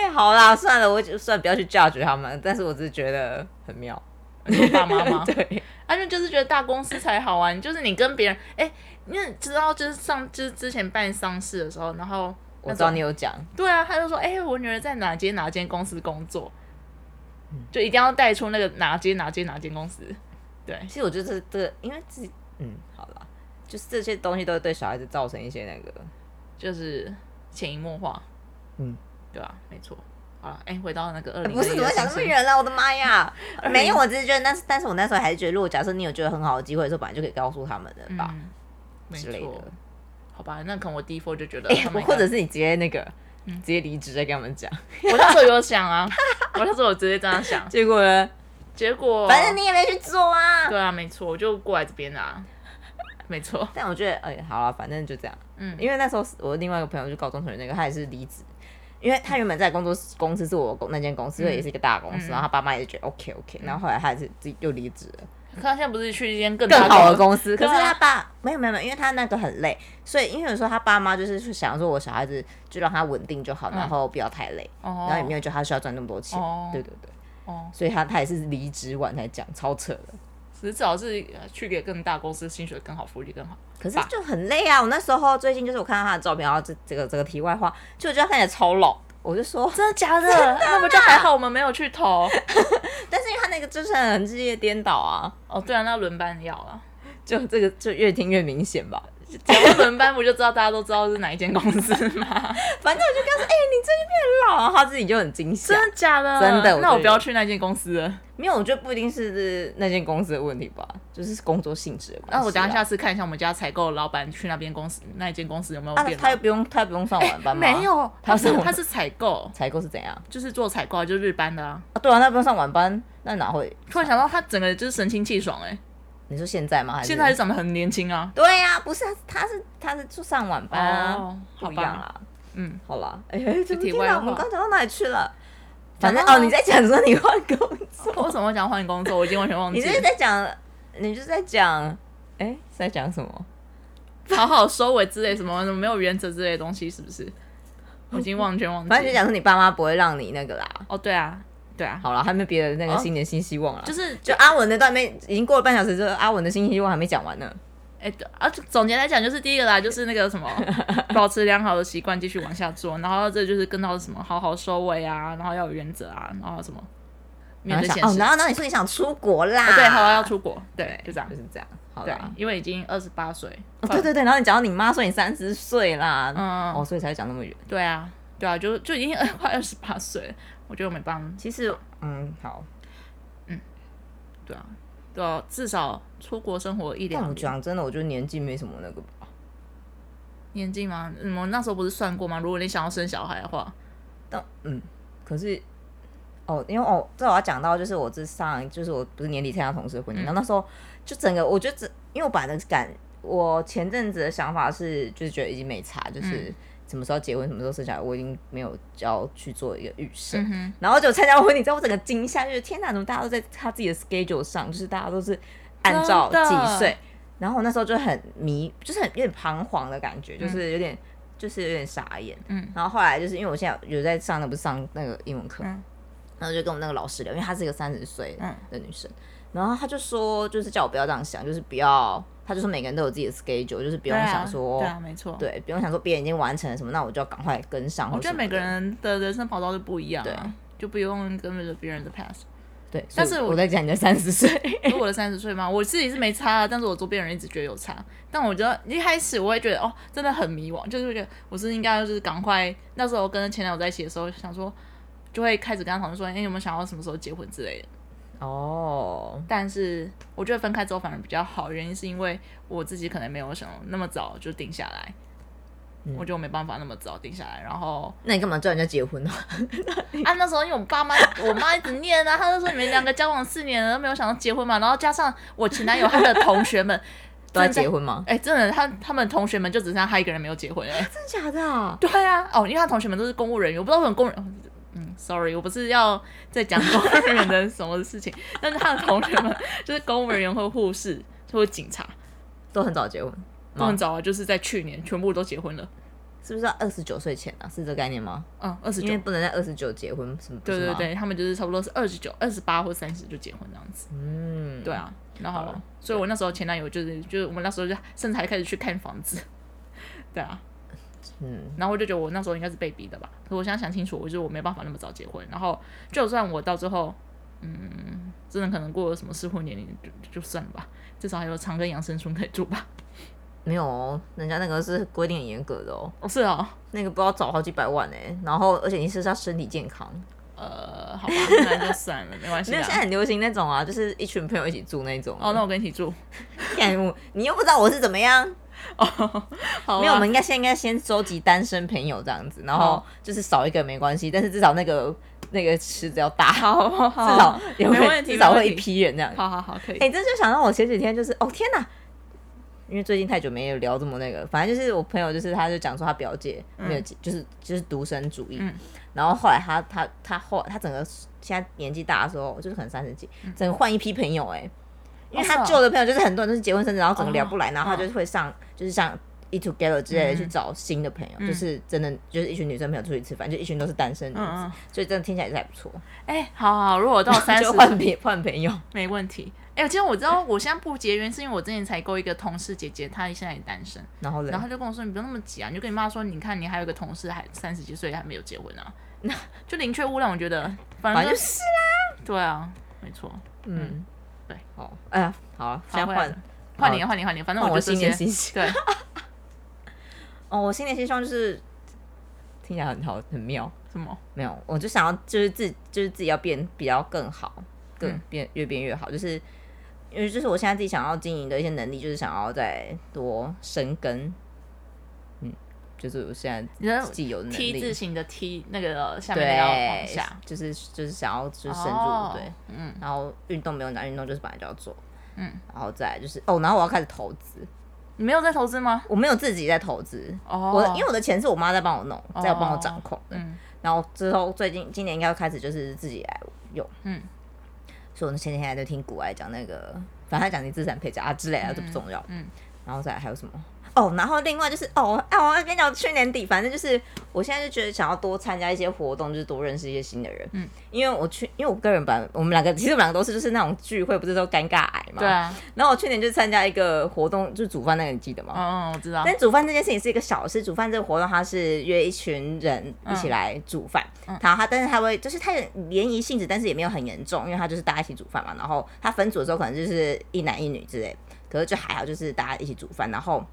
哎、好啦，算了，我就算不要去 judge 他们，但是我只是觉得很妙。你爸妈吗？ 对，他们啊就是觉得大公司才好玩，就是你跟别人，哎、你也知道，就是上就是之前办丧事的时候，然后我知道你有讲，对啊，他就说，哎、我女儿在哪间哪间公司工作，嗯就一定要带出那个哪间哪间哪间公司，对，其实我觉得这这个，因为自己，嗯，好啦，就是这些东西都会对小孩子造成一些那个，就是潜移默化，嗯，对啊，没错。好了，哎、回到那个二零，不是怎么想那么远了，我的妈 呀！没有，我只是觉得，但是但是我那时候还是觉得，如果假设你有觉得很好的机会的时候，本来就可以告诉他们的吧，嗯，没之类错的。。好吧，那可能我第一 f 就觉得，哎、 oh my 或 God 者是你直接那个，嗯直接离职再跟他们讲。我那时候有想啊，我那时候我直接这样想，结果呢，结果反正你也没去做啊。啊 对啊，没错，我就过来这边啊，没错，但我觉得，哎、好了，反正就这样。嗯因为那时候我另外一个朋友，就高中同学那个，他也是离职，因为他原本在工作公司是我公那间公司，所以也是一个大公司，嗯然后他爸妈也觉得 OK OK，然后后来他也是自己又离职了。可他现在不是去一间更更大好的公司。可对是啊他爸没有没有没有，因为他那个很累，所以因为有时候他爸妈就是想说，我小孩子就让他稳定就好，然后不要太累，嗯哦，然后也没有觉得他需要赚那么多钱。哦对对对，哦，所以他他也是离职晚才讲，超扯的。只是至少是呃去给更大公司，薪水更好，福利更好。可是爸就很累啊！我那时候最近就是我看到他的照片，然后这这个这个题外话，就我觉得他看起来超老，我就说，真的假的？ 那不就还好，我们没有去投。 但是因为他那个就是很日夜颠倒啊，哦，对啊，那轮班要了，就这个就越听越明显吧。讲到轮班，不就知道大家都知道是哪一间公司吗？ 反正我就跟他说，哎、你最近变老啊，他自己就很惊吓。真的假的？真的我那觉我得不要去那间公司了。没有，我觉得不一定是那间公司的问题吧，就是工作性质的关系啦。啊那我等一下下次看一下我们家采购老板去那边公司那一间公司有没有啊，变他老又。不用，他又不用上晚班吗？ 没，有，他他是是他是采购，采购是怎样就是做采购啊，就是日班的啊。啊？对啊，那不用上晚班，那哪会？突然想到，他整个就是神清气爽哎、你说现在吗？还是现在还是长得很年轻啊。对呀、不是，他是他是做上晚班啊，哦，好不一样吧，啦。嗯，好啦， 哎、欸，怎么题听外到话我们刚讲到哪里去了？反正讲到哦，你在讲说你换工我作，怎么会讲换工作？我已经完全忘你记就是了。在讲，你就是在讲，哎、是在讲什么？ 好好收尾之类什么什么没有原则之类的东西，是不是？我已经完全忘 反正就记了。讲说你爸妈不会让你那个啦。哦，对啊，对啊，好了，还没别的那个哦新年新希望了、就是就就阿文的段没已经过了半小时，之后阿文的新希望还没讲完呢。哎、对啊，就总结来讲，就是第一个啦，就是那 个什么，保持良好的习惯，继续往下做。然后这就是跟到什么好好收尾啊，然后要有原则啊，然后什么面然后对想现哦，实。然后然后你说你想出国啦？哦对，好要出国，对，就这样就。是这样，好对啦。，因为已经二十八岁。哦对对对，然后你讲到你妈说你三十岁啦，嗯哦，所以才会讲那么远。对啊，对啊，就就已经 快二十八岁了，我觉得我没办法。其实，嗯，好，对啊，对啊，至少出国生活一但两我年。讲真的，我觉得年纪没什么那个吧。年纪吗？嗯，我那时候不是算过吗？如果你想要生小孩的话，但嗯，可是哦，因为哦，这我要讲到就是我这上就是我不是年底参加同事的婚礼，嗯然后那时候就整个我觉得嗯整，因为我把那个感，我前阵子的想法是就是觉得已经没差，就是。什么时候结婚，什么时候生小孩，我已经没有要去做一个预设。嗯哼，然后就参加婚礼，你知道我整个惊吓，就是天哪，怎么大家都在他自己的 schedule 上，就是大家都是按照真的几岁。然后我那时候就很迷，就是很有点彷徨的感觉，就是有点、就是有点傻眼。嗯然后后来就是因为我现在有在上，那不是上那个英文课，嗯然后就跟我们那个老师聊，因为她是一个三十岁嗯的女生，然后她就说，就是叫我不要这样想，就是不要，她就说每个人都有自己的 schedule，就是不对用啊想说，对啊，没错，。对不用想说别人已经完成了什么，那我就要赶快跟上或我者觉什得么的。每个人的人生跑道都不一样、对啊，就不用跟着别人的 pass。对，但所以是我我在讲你的三十岁，因为我的三十岁嘛，我自己是没差啊，但是我周边人一直觉得有差。但我觉得一开始我会觉得哦，真的很迷惘，就是会觉得我是应该就是赶快，那时候跟前男友在一起的时候，想说就会开始跟他讨论说，哎、有没有想要什么时候结婚之类的。哦，但是我觉得分开之后反而比较好，原因是因为我自己可能没有想那么早就定下来，嗯我觉得我没办法那么早定下来，然后那你干嘛叫人家结婚呢、啊，那时候因为我爸妈，我妈一直念啊，她就说你们两个交往四年了，都没有想到结婚嘛。然后加上我前男友他的同学们都在真的结，婚吗？哎、真的，他他们同学们就只剩下他一个人没有结 婚、哎，真的假的、啊？对啊，哦，因为他同学们都是公务人员，我不知道为什么公务人，嗯，sorry，我不是要在讲公务人员的什么事情， 但是他的同学们就是公务人员或护士或警察，都很早结婚都吗很？早啊，就是在去年全部都结婚了，是不是要二十九岁前啊？是这概念吗？嗯，二十因九为，不能在二十九结婚，什么？不对是对吗，对，他们就是差不多是二十九、二十八或三十就结婚这样子。嗯，对，啊，然好后了所以我那时候前男友就是就是我们那时候就甚至还开始去看房子， 对啊，嗯，然后我就觉得我那时候应该是被逼的吧，可我现在想清楚，我就是我没办法那么早结婚，然后就算我到最后，嗯，真的可能过了什么适婚年龄就就就算了吧，至少还有长庚养生村可以住吧。没有哦，人家那个是规定很严格的哦，哦，是哦，那个不知道找好几百万哎、然后而且你是要身体健康，呃，好吧，那就算了，没关系 没有啦现。在很流行那种啊，就是一群朋友一起住那种。哦，那我跟你一起住。干我你又不知道我是怎么样，哦，好啊，没有，我们应该先应该先收集单身朋友这样子，然后好就是少一个没关系，但是至少那个那个池子要大，至好好啊好，少也没会问题，啊至少没会问一题。批人这样。好好好，可以。哎、这就想到我前几天就是，哦天哪！因为最近太久没有聊这么那个，反正就是我朋友，就是他就讲说他表姐没有结，就是就是独身主义。嗯然后后来他他他后他整个现在年纪大的时候，就是可能三十几，整个换一批朋友哎、因为哦他是哦旧的朋友就是很多人都是结婚生子，然后整个聊不来，哦然后他就是会上、就是像 e together 之类的嗯去找新的朋友，就是真的就是一群女生朋友出去吃饭，就一群都是单身女子，嗯嗯所以真的听起来也是还不错。哎、好好，如果我到三十 就换朋换朋友，没问题。哎、其实我知道我现在不结缘，是因为我之前才跟一个同事姐姐，她现在也单身，然后呢然后她就跟我说，你不用那么急啊，你就跟你妈说，你看你还有一个同事还三十几岁还没有结婚啊，就宁缺毋滥，我觉得反反正正就就是是对啊，没错，嗯，对，好，哎呀，好了，好现在回来了换换你啊换你换你，反正换我就这新年些，新希对，哦，我新年新希望就是听起来很好很妙，什么没有，我就想要就是自就是自己要变比较更好，更嗯变、越变越好，就是因为就是我现在自己想要经营的一些能力，就是想要再多深耕，嗯，就是我现你在的自己有能 T 字力，形的 T 那个下面那个要往对下，，就是就是想要就是深入、哦对，，嗯，然后运动没有讲运动就是本来就要做，嗯，然后再来就是哦，然后我要开始投资，你没有在投资吗？我没有自己在投资，哦，我因为我的钱是我妈在帮我弄，在帮我掌控的。嗯然后之后最近今年应该要开始就是自己来用，嗯所以我前几天还在听古爱讲那个，反正他讲你资产配置啊之类的，这不重要。嗯，然后再来还有什么？哦，然后另外就是哦，哎、我跟你讲，去年底反正就是我现在就觉得想要多参加一些活动，就是多认识一些新的人。嗯，因为我去，因为我个人本来我们两个其实我们两个都是就是那种聚会不是都尴尬癌嘛。对。啊，然后我去年就参加一个活动，就煮饭那个，你记得吗？嗯嗯，我知道，但煮饭这件事情是一个小事，煮饭这个活动它是约一群人一嗯起来煮饭，然后他但是他会就是他联谊性质，但是也没有很严重，因为他就是大家一起煮饭嘛。然后他分组的时候可能就是一男一女之类，可是就还好，就是大家一起煮饭。然后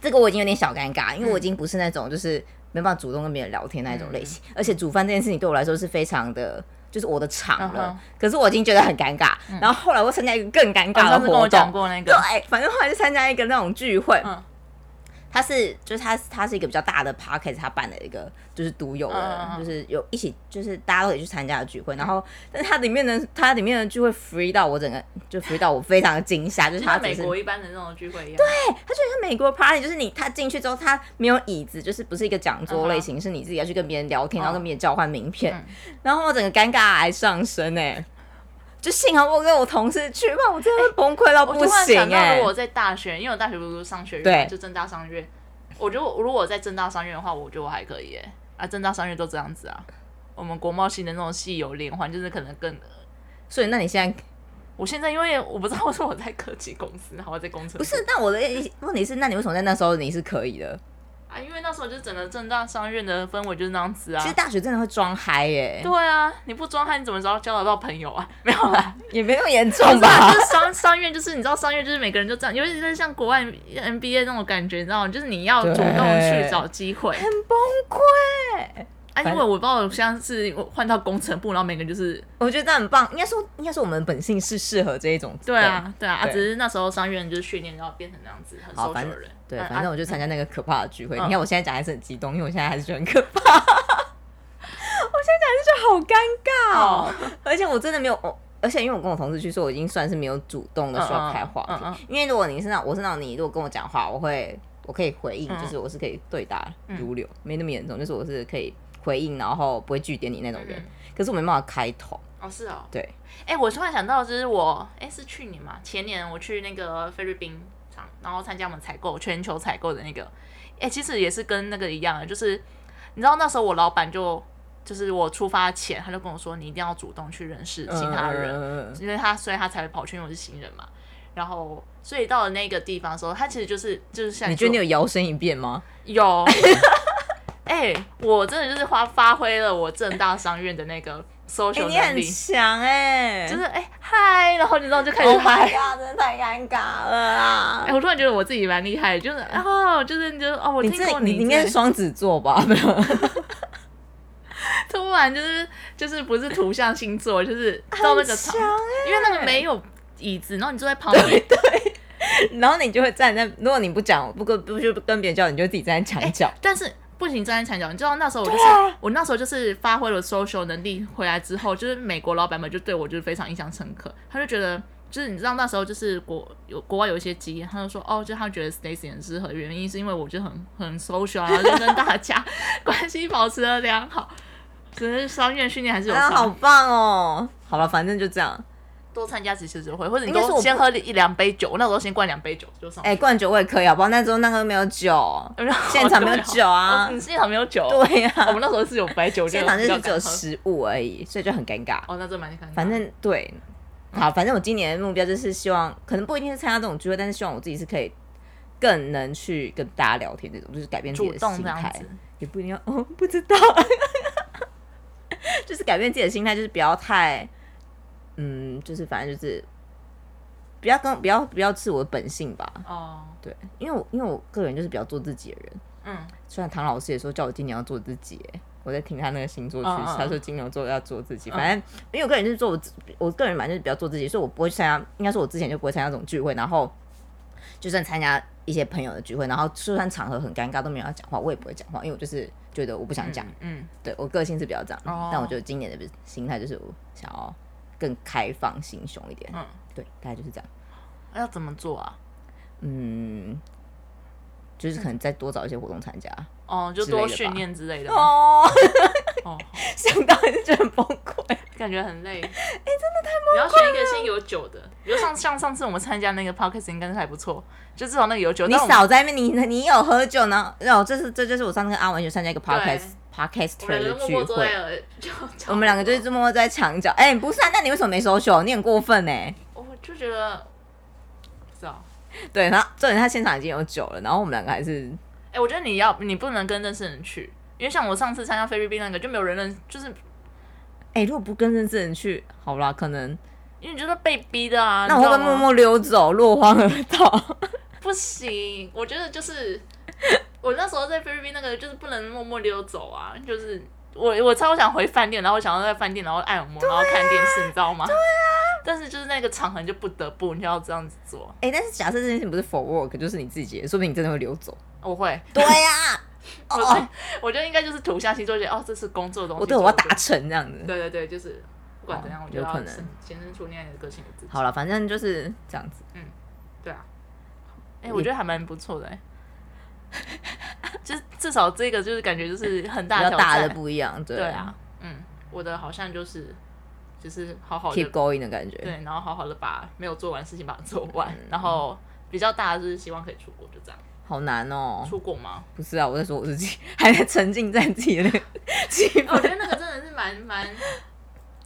这个我已经有点小尴尬，因为嗯我已经不是那种就是没办法主动跟别人聊天那一种类嗯型，而且煮饭这件事情对我来说是非常的。就是我的场了嗯哼可是我已经觉得很尴尬。然后后来我参加一个更尴你尬的哦上次跟活我动，啊讲过那个，对，反正后来就参加一个那种聚会，嗯它是就是它它是一个比较大的 p a r k e t 它办的一个就是独有的嗯嗯嗯就是有一起就是大家都可以去参加的聚会。然后，但是它里面的它里面的聚会 free 到我整个就 free 到我非常的惊吓，就就是它像只美是国一般的那种聚会一样。对，它就像美国 party，就是你他进去之后，他没有椅子，就是不是一个讲桌类型是你自己要去跟别人聊天，嗯然后跟别人交换名片，然后我整个尴尬癌上身哎、就幸好我跟我同事去，不然我真的会崩溃到我不突然行想到，哎、如果我在大学，因为我大学不是上学对院，就正大商院。我觉得我如果我在正大商院的话，我觉得我还可以哎。啊，正大商院都这样子啊。我们国贸系的那种系有连环，就是可能更。所以那你现在我现在因为我不知道为什么我在科技公司，然后我在工程不部是？那我的问题是，那你为什么在那时候你是可以的？啊，因为那时候就是整个正大商院的氛围就是那样子啊其实。大学真的会装嗨耶、对啊，你不装嗨，你怎么知道交得到朋友啊？ 没有啦，也没那么严不重是啊，哦吧就？是商商院，就是你知道商院就是每个人就这样，尤其是像国外 NBA 那种感觉，你知道吗？就是你要主动对去找机会。很崩溃，啊，因反为我不知道，我像是我换到工程部，然后每个人就是我觉得这很棒。应该说，应该说我们本性是适合这一种。对啊，对啊，啊对只是那时候商院就是训练，然后变成那样子，很好 social 反的人。对，啊反正啊我就参加那个可怕的聚会。嗯你看我现在讲还是很激动，因为我现在还是觉得很可 怕。我现在讲还是觉得好尴尬、哦，而且我真的没有，我而且因为我跟我同事去说，我已经算是没有主动的说要开话题。嗯嗯嗯因为如果你是那我是那种你如果跟我讲话，我会我可以回应，嗯就是我是可以对答如流，没那么严重，就是我是可以回应，然后不会据点你那种人。嗯可是我没办法开头，哦，是哦，对，哎、我突然想到，就是我，哎、是去年嘛，前年我去那个菲律宾厂，然后参加我们采购全球采购的那个，哎、其实也是跟那个一样的，就是你知道那时候我老板就就是我出发前，他就跟我说，你一定要主动去认识其他人，嗯因为他所以他才会跑去，因为我是新人嘛。然后，所以到了那个地方的时候，他其实就是就是像你觉得你说有摇身一变吗？有，哎、我真的就是发发挥了我正大商院的那个哎、 social 你能很力，强哎、就是哎、嗨，然后你知道就开始 Oh my 嗨。 god，真的太尴尬了啊哎、！我突然觉得我自己蛮厉害的，就是哦，就是就是哦，我你听这过你你应这该是双子座吧？ 没有，突然就是就是不是图像星座，就是到那个场，哎、因为那个没有椅子，然后你坐在旁边，然后你就会站在，如果你不讲，不跟不就跟别人交流，你就自己站在哎墙角。但是不行站在墙角。你知道那时候我就是、啊我那时候就是发挥了 social 能力回来之后，就是美国老板们就对我就是非常印象深刻，他就觉得。就是你知道那时候就是国有国外有一些基因，他就说哦，就他觉得 Stacy 很适合，原因是因为我就很很 social，然后就 跟大家关系保持的良好。只是商院训练还是有啊，差，好棒哦！好了，反正就这样。多参加几次酒会，或者你应该是我都不先喝一两杯酒。我那时候先灌两杯酒就上去。哎、灌酒我也可以，好不好？那时候那个没有酒，有没有现场没有对酒啊哦你现场没有酒。哦对呀、我们那时候是有白酒，现场就比较是敢只有喝食物而已，所以就很尴尬。哦，那这蛮尴尬的。反正对，好，反正我今年的目标就是希望，可能不一定是参加这种聚会，但是希望我自己是可以更能去跟大家聊天这种，就是改变自己主的动心这样态子，，也不一定要， 哦，不知道，就是改变自己的心态，就是不要太，嗯，就是反正就是不要跟不要不要是我的本性吧，哦，对，因为我因为我个人就是比较做自己的人，嗯，虽然唐老师也说叫我今年要做自己欸，我在听他那个星座趋嗯势嗯，嗯嗯他说金牛座要做自己。反正因为我个人就是做我自，我个人反正就是比较做自己，所以我不会参加，应该说我之前就不会参加这种聚会，然后就算参加一些朋友的聚会，然后就算场合很尴尬都没有人要讲话，我也不会讲话，因为我就是觉得我不想讲。嗯，对我个性是比较这样，哦但我觉得今年的心态就是我想要更开放心胸一点。嗯对，大概就是这样。嗯，要怎么做啊？嗯，就是可能再多找一些活动参加。哦，就之类的多吧训练之类的吗。哦，哦，想到还是觉得很崩溃。感觉很 累。哎，真的太你要选一个先有酒的，比如上像上次我们参加那个 podcast 应该是还不错，就至少 那个有酒。你但我们少在那边，你你有喝酒呢？哦，这是这就是我上次跟阿文去参加一个 podcast 我 podcaster 们的两个默聚默坐在会，了，就 我们两个就是这么在墙角。哎、不是啊，那你为什么没收酒？你很过分哎、 我就觉得，不知道。对，然后重点他现场已经有酒了，然后我们两个还是哎、我觉得你要你不能跟认识人去，因为像我上次参加菲律宾那个就没有人认，就是哎、如果不跟认识人去，好啦，可能因为你就是被逼的啊。那我会不会你知道默吗默溜走，落荒而逃？不行？我觉得就是我那时候在菲律宾那个就是不能默默溜走啊，就是我我超想回饭店，然后我想要在饭店然后按摩，然后看电视，你知道吗？对啊。但是就是那个场合你就不得不你就要这样子做，哎、但是假设这件事情不是 for work，就是你自己的，说不定你真的会溜走。我会，对呀、我哦对，我觉得应该就是土象星座，觉得哦，这是工作的东西，我对我要所以达成这样子。对对对，就是不管怎样，哦我觉得有可要能显显示出那样的个性的自己。好了，反正就是这样子。对啊，哎、我觉得还蛮不错的、欸， 就是至少这个就是感觉就是很比大较挑大战的不一样，对对啊，嗯，我的好像就是就是好好，keep 的 going 的感觉。对，然后好好的把没有做完的事情把它做完，然后比较大的就是希望可以出国，就这样。好难哦、出国吗？不是啊，我在说我自己，还在沉浸在自己的那个气哦我觉氛。得那个真的是蛮蛮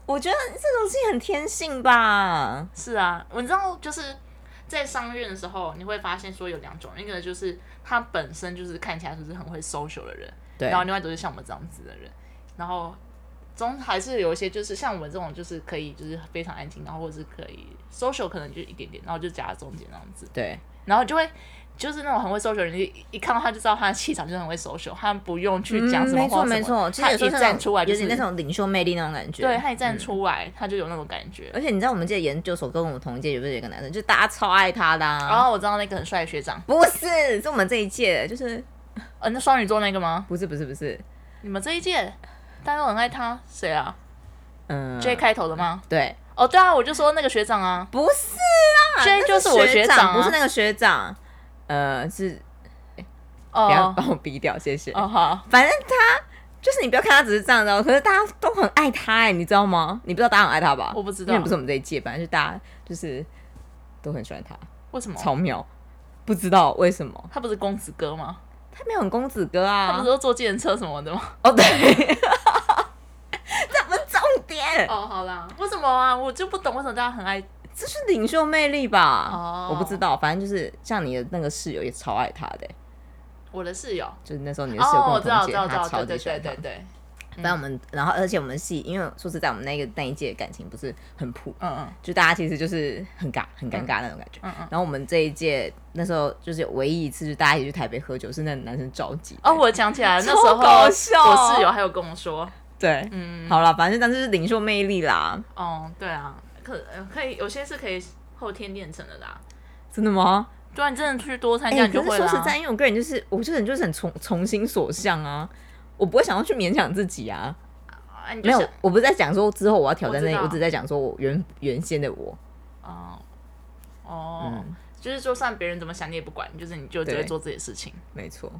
我觉得这种事情很天性吧。 是啊，我知道就是在商院的时候，你会发现说有两种，一个就是他本身就是看起来就是很会 social 的人，对然，后另外就是像我们这样子的人，然后中还是有一些就是像我们这种就是可以就是非常安静，然后或者是可以 social 可能就一点点，然后就夹在中间那样子，对，然后就会。就是那种很会 social 的人，一一看到他就知道他的气场就是很会 social，他不用去讲什么嗯没话错什么，没错，其实他有时候一那站种出来就有是点那，种领袖魅力那种感觉。嗯对他一站出来、他就有那种感觉。而且你知道我们这研究所跟我们同一届有不是有一个男生，就大家超爱他的、啊。然后我知道那个很帅的学长，不是，是我们这一届，就是呃，那双鱼座那个吗？不是不是不是，你们这一届大家都很爱他，谁啊、嗯 j 开头的吗？对，哦，对啊，我就说那个学长啊，不是啦 J 那就是我学学长啊不是那个学长，呃，是不要哦帮我逼掉，谢谢。哦好，反正他就是你不要看他只是这样的哦，可是大家都很爱他哎，你知道吗？你不知道大家很爱他吧？我不知因道为不是我们这一届，反正就大家就是都很喜欢他，为什么？超妙。不知道为什么他不是公子哥吗？他没有很公子哥他不啊是？都坐计程车什么的吗？哦，对， 这不是重点，哦，好啦，为什么啊？我就不懂为什么大家很爱这是领袖魅力吧？哦我不知道，反正就是像你的那个室友也超爱他的欸，我的室友。就是那时候你的室友哦，跟我知同道，我届，知道，我知他道，超对级对喜欢对他对。对，反正我嗯们，然后而且我们系，因为说实在，我们那个那一届感情不是很普，嗯嗯就大家其实就是很尬、很尴尬那种感觉。嗯嗯。然后我们这一届那时候就是唯一一次，就是大家一起去台北喝酒，是那个男生召集。哦，我想起来了，那超时搞候笑我室友还有跟我说，对，嗯，好了，反正但是是领袖魅力啦，哦，对啊，可呃可以有些是可以后天练成的啦。真的吗？对啊，你真的去多参哎、加，你可就是会说啦。实在，因为我个人就是，我这个人就是很从从心所向啊，我不会想要去勉强自己啊。啊，你就没有想，我不是在讲说之后我要挑战那我知个，道我只在讲说我原原先的我。哦哦，嗯就是就算别人怎么想你也不管，就是你就只对会做自己的事情，没错，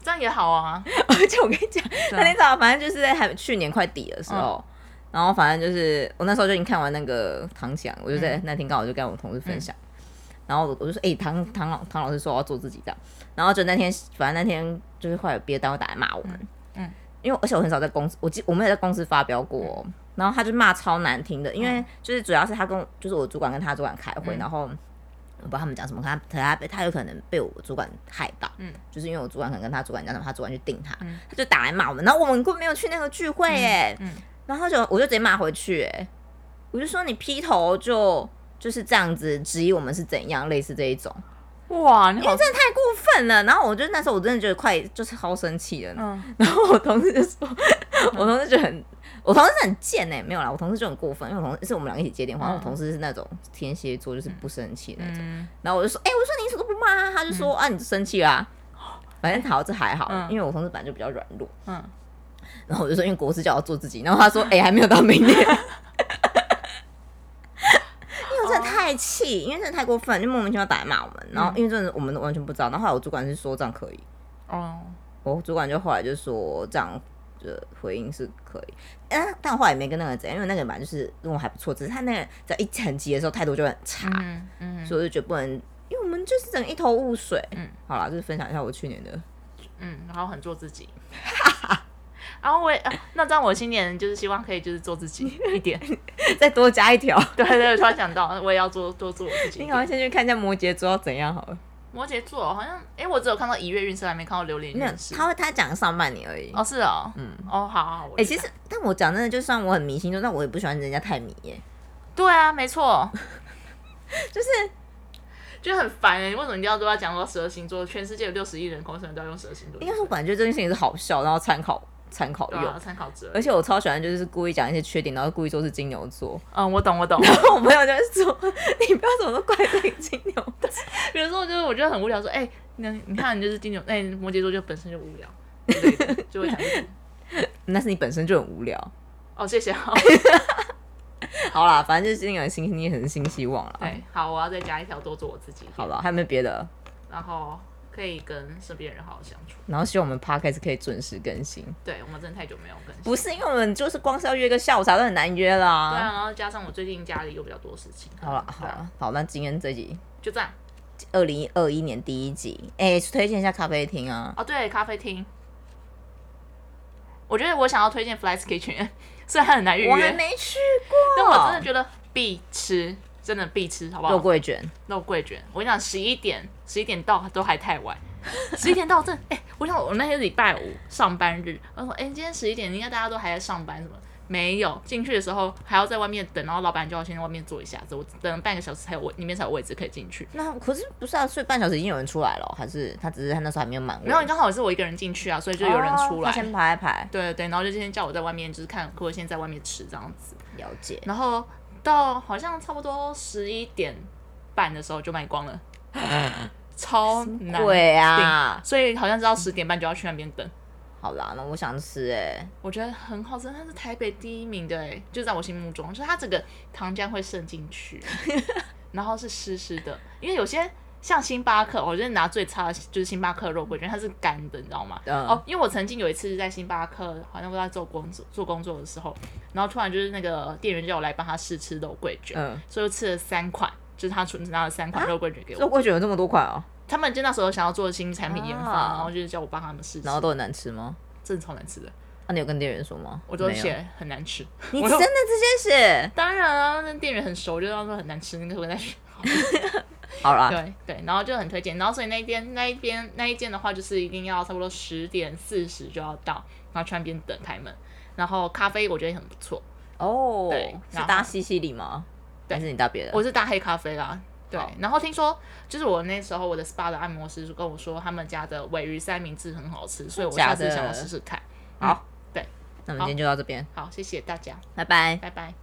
这样也好啊。 而且我跟你讲，对那啊天早上反正就是在还去年快底的时候，然后反正就是我那时候就已经看完那个唐翔，我就在、嗯那天刚好就跟我同事分享，然后我我就说，哎、唐唐老唐老师说我要做自己这样，然后就那天反正那天就是后来有别的单位打来骂我们，嗯嗯因为而且我很少在公司，我记我没有在公司发表过哦、嗯然后他就骂超难听的，因为就是主要是他跟我就是我主管跟他主管开会，嗯然后。我不知道他们讲什么，可他可他被他有可能被我主管害到，嗯就是因为我主管可能跟他主管讲什么，他主管去定他，嗯他就打来骂我们，然后我们根本没有去那个聚会耶，嗯，然后他就我就直接骂回去哎，我就说你劈头就就是这样子质疑我们是怎样，类似这一种，哇，你好，太过分了。然后我就那时候我真的觉得快就是超生气了，嗯然后我同事就说， 我同事就很，我同事很贱哎、没有啦，我同事就很过分，因为我同事是我们两个一起接电话，嗯我同事是那种天蝎座，就是不生气那种。嗯，然后我就说，哎、我说你什么都不骂啊，他就说、啊，你就生气啦、 反正好，这还好，嗯因为我同事本来就比较软弱。嗯，然后我就说，因为国师叫我做自己，然后他说，哎、还没有到明年。因 为我真的太气，因为真的太过分，就莫名其妙打来骂我们。然嗯后因为真的我们完全不知道，然后后来我主管是说这样可以，哦，我主管就后来就说这样的回应是可以，但但我后来也没跟那个人怎样，因为那个人本来就是跟我还不错，只是他那个只要一层级的时候态度就会很差，嗯嗯所以我就觉得不能，因为我们就是整个一头雾水。嗯，好啦，就是分享一下我去年的， 嗯，然后很做自己。 然后我也，啊那这样我新年就是希望可以就是做自己一点。再多加一条。 对对，我突然想到，我也要多多做我自己一你赶快点。先去看一下摩羯座要怎样好了。摩羯座好像，哎，我只有看到一月运势，还没看到榴莲没有运，势。他会他讲上半年而已。哦，是哦，嗯，哦，好好，好我哎、去其看实但我讲真的，就算我很迷星座，但我也不喜欢人家太迷耶。对啊，没 错，就是就很烦哎、欸，为什么你要都要讲说十二星座？全世界有六十亿人口，为什么都要用十二星座？应该说，我本来觉得这件事情是好笑，然后参考参考对用。啊，参考值而已。而且我超喜欢，就是故意讲一些缺点，然后故意说是金牛座。嗯，我懂，我懂。然后我朋友就会说：“你不要什么都怪罪金牛座。比如说，就是我觉得很无聊，说，哎、那你看你就是金牛，哎、摩羯座就本身就无聊之类的，就会想 说，”那是你本身就很无聊。哦，谢谢 啊。好啦，反正就是金牛的新你很新希望啦。对，哎好，我要再加一条，多做我自己，好了，还有没有别的？然后可以跟身边人好好相处。然后希望我们 podcast 可以准时更新。对我们真的太久没有更新，不是因为我们就是光是要约个下午茶都很难约对啊，啦。然后加上我最近家里有比较多事情，好了，对啊好，了，好，那今天这集就这样。二零二一年第一集，哎、推荐一下咖啡厅啊。哦，对，咖啡厅，我觉得我想要推荐 Fly's Kitchen，虽 然它很难预我还约，没去但我真的过，觉得必吃，真的必吃，好不好？肉桂卷，肉桂卷，我跟你讲，十一点十一点到都还太晚， 十一点到这，哎、我想我那天礼拜五上班日，我说，哎、今天十一点应该大家都还在上班，什么？没有，进去的时候还要在外面等，然后老板就要先在外面坐一下子，我等了半个小时才有位，里面才有位置可以进去。那可是不是啊？所以半小时已经有人出来了哦，还是他只是他那时候还没有满位？然后刚好也是我一个人进去啊，所以就有人出哦来。他先排一排，对对对，然后就今天叫我在外面，就是看可不可以先在外面吃这样子。了解。然后到好像差不多十一点半的时候就卖光了，超难贵啊！所以好像是到十点半就要去那边等。好啦，那我想吃哎、我觉得很好吃，它是台北第一名的哎，就在我心目中，就是它整个糖浆会渗 进去，然后是湿湿的，因为有些像星巴克，我觉得拿最差的就是星巴克肉桂卷，它是干的，你知道吗？嗯哦，因为我曾经有一次是在星巴克，好像我在做工作做工作的时候，然后突然就是那个店员叫我来帮他试吃肉桂卷，嗯，啊所以我吃了三款，就是他出拿了三款肉桂卷给我。肉桂卷有这么多款哦，他们就那时候想要做新产品研发，啊然后就是叫我帮他们试吃，然后都很难吃吗？啊真的超难吃的，那、你有跟店员说吗？我都没有，写很难吃。 你我真都的直接写？当然啊，那店员很熟，就让说很难吃，那个回来。好啦，对对，然后就很推荐。然后所以那一天那一边那一间的话，就是一定要差不多十点四十就要到，然后去那边等开门。然后咖啡我觉得也很不错，哦对，是然后搭西西里吗？对还是你搭别的？我是大黑咖啡啦。对好，然后听说就是我那时候我的 SPA 的按摩师就跟我说，他们家的尾鱼三明治很好吃，所以我假下次的想要试试看。好，对，那我们今天就到这边，好，谢谢大家，拜拜。拜拜。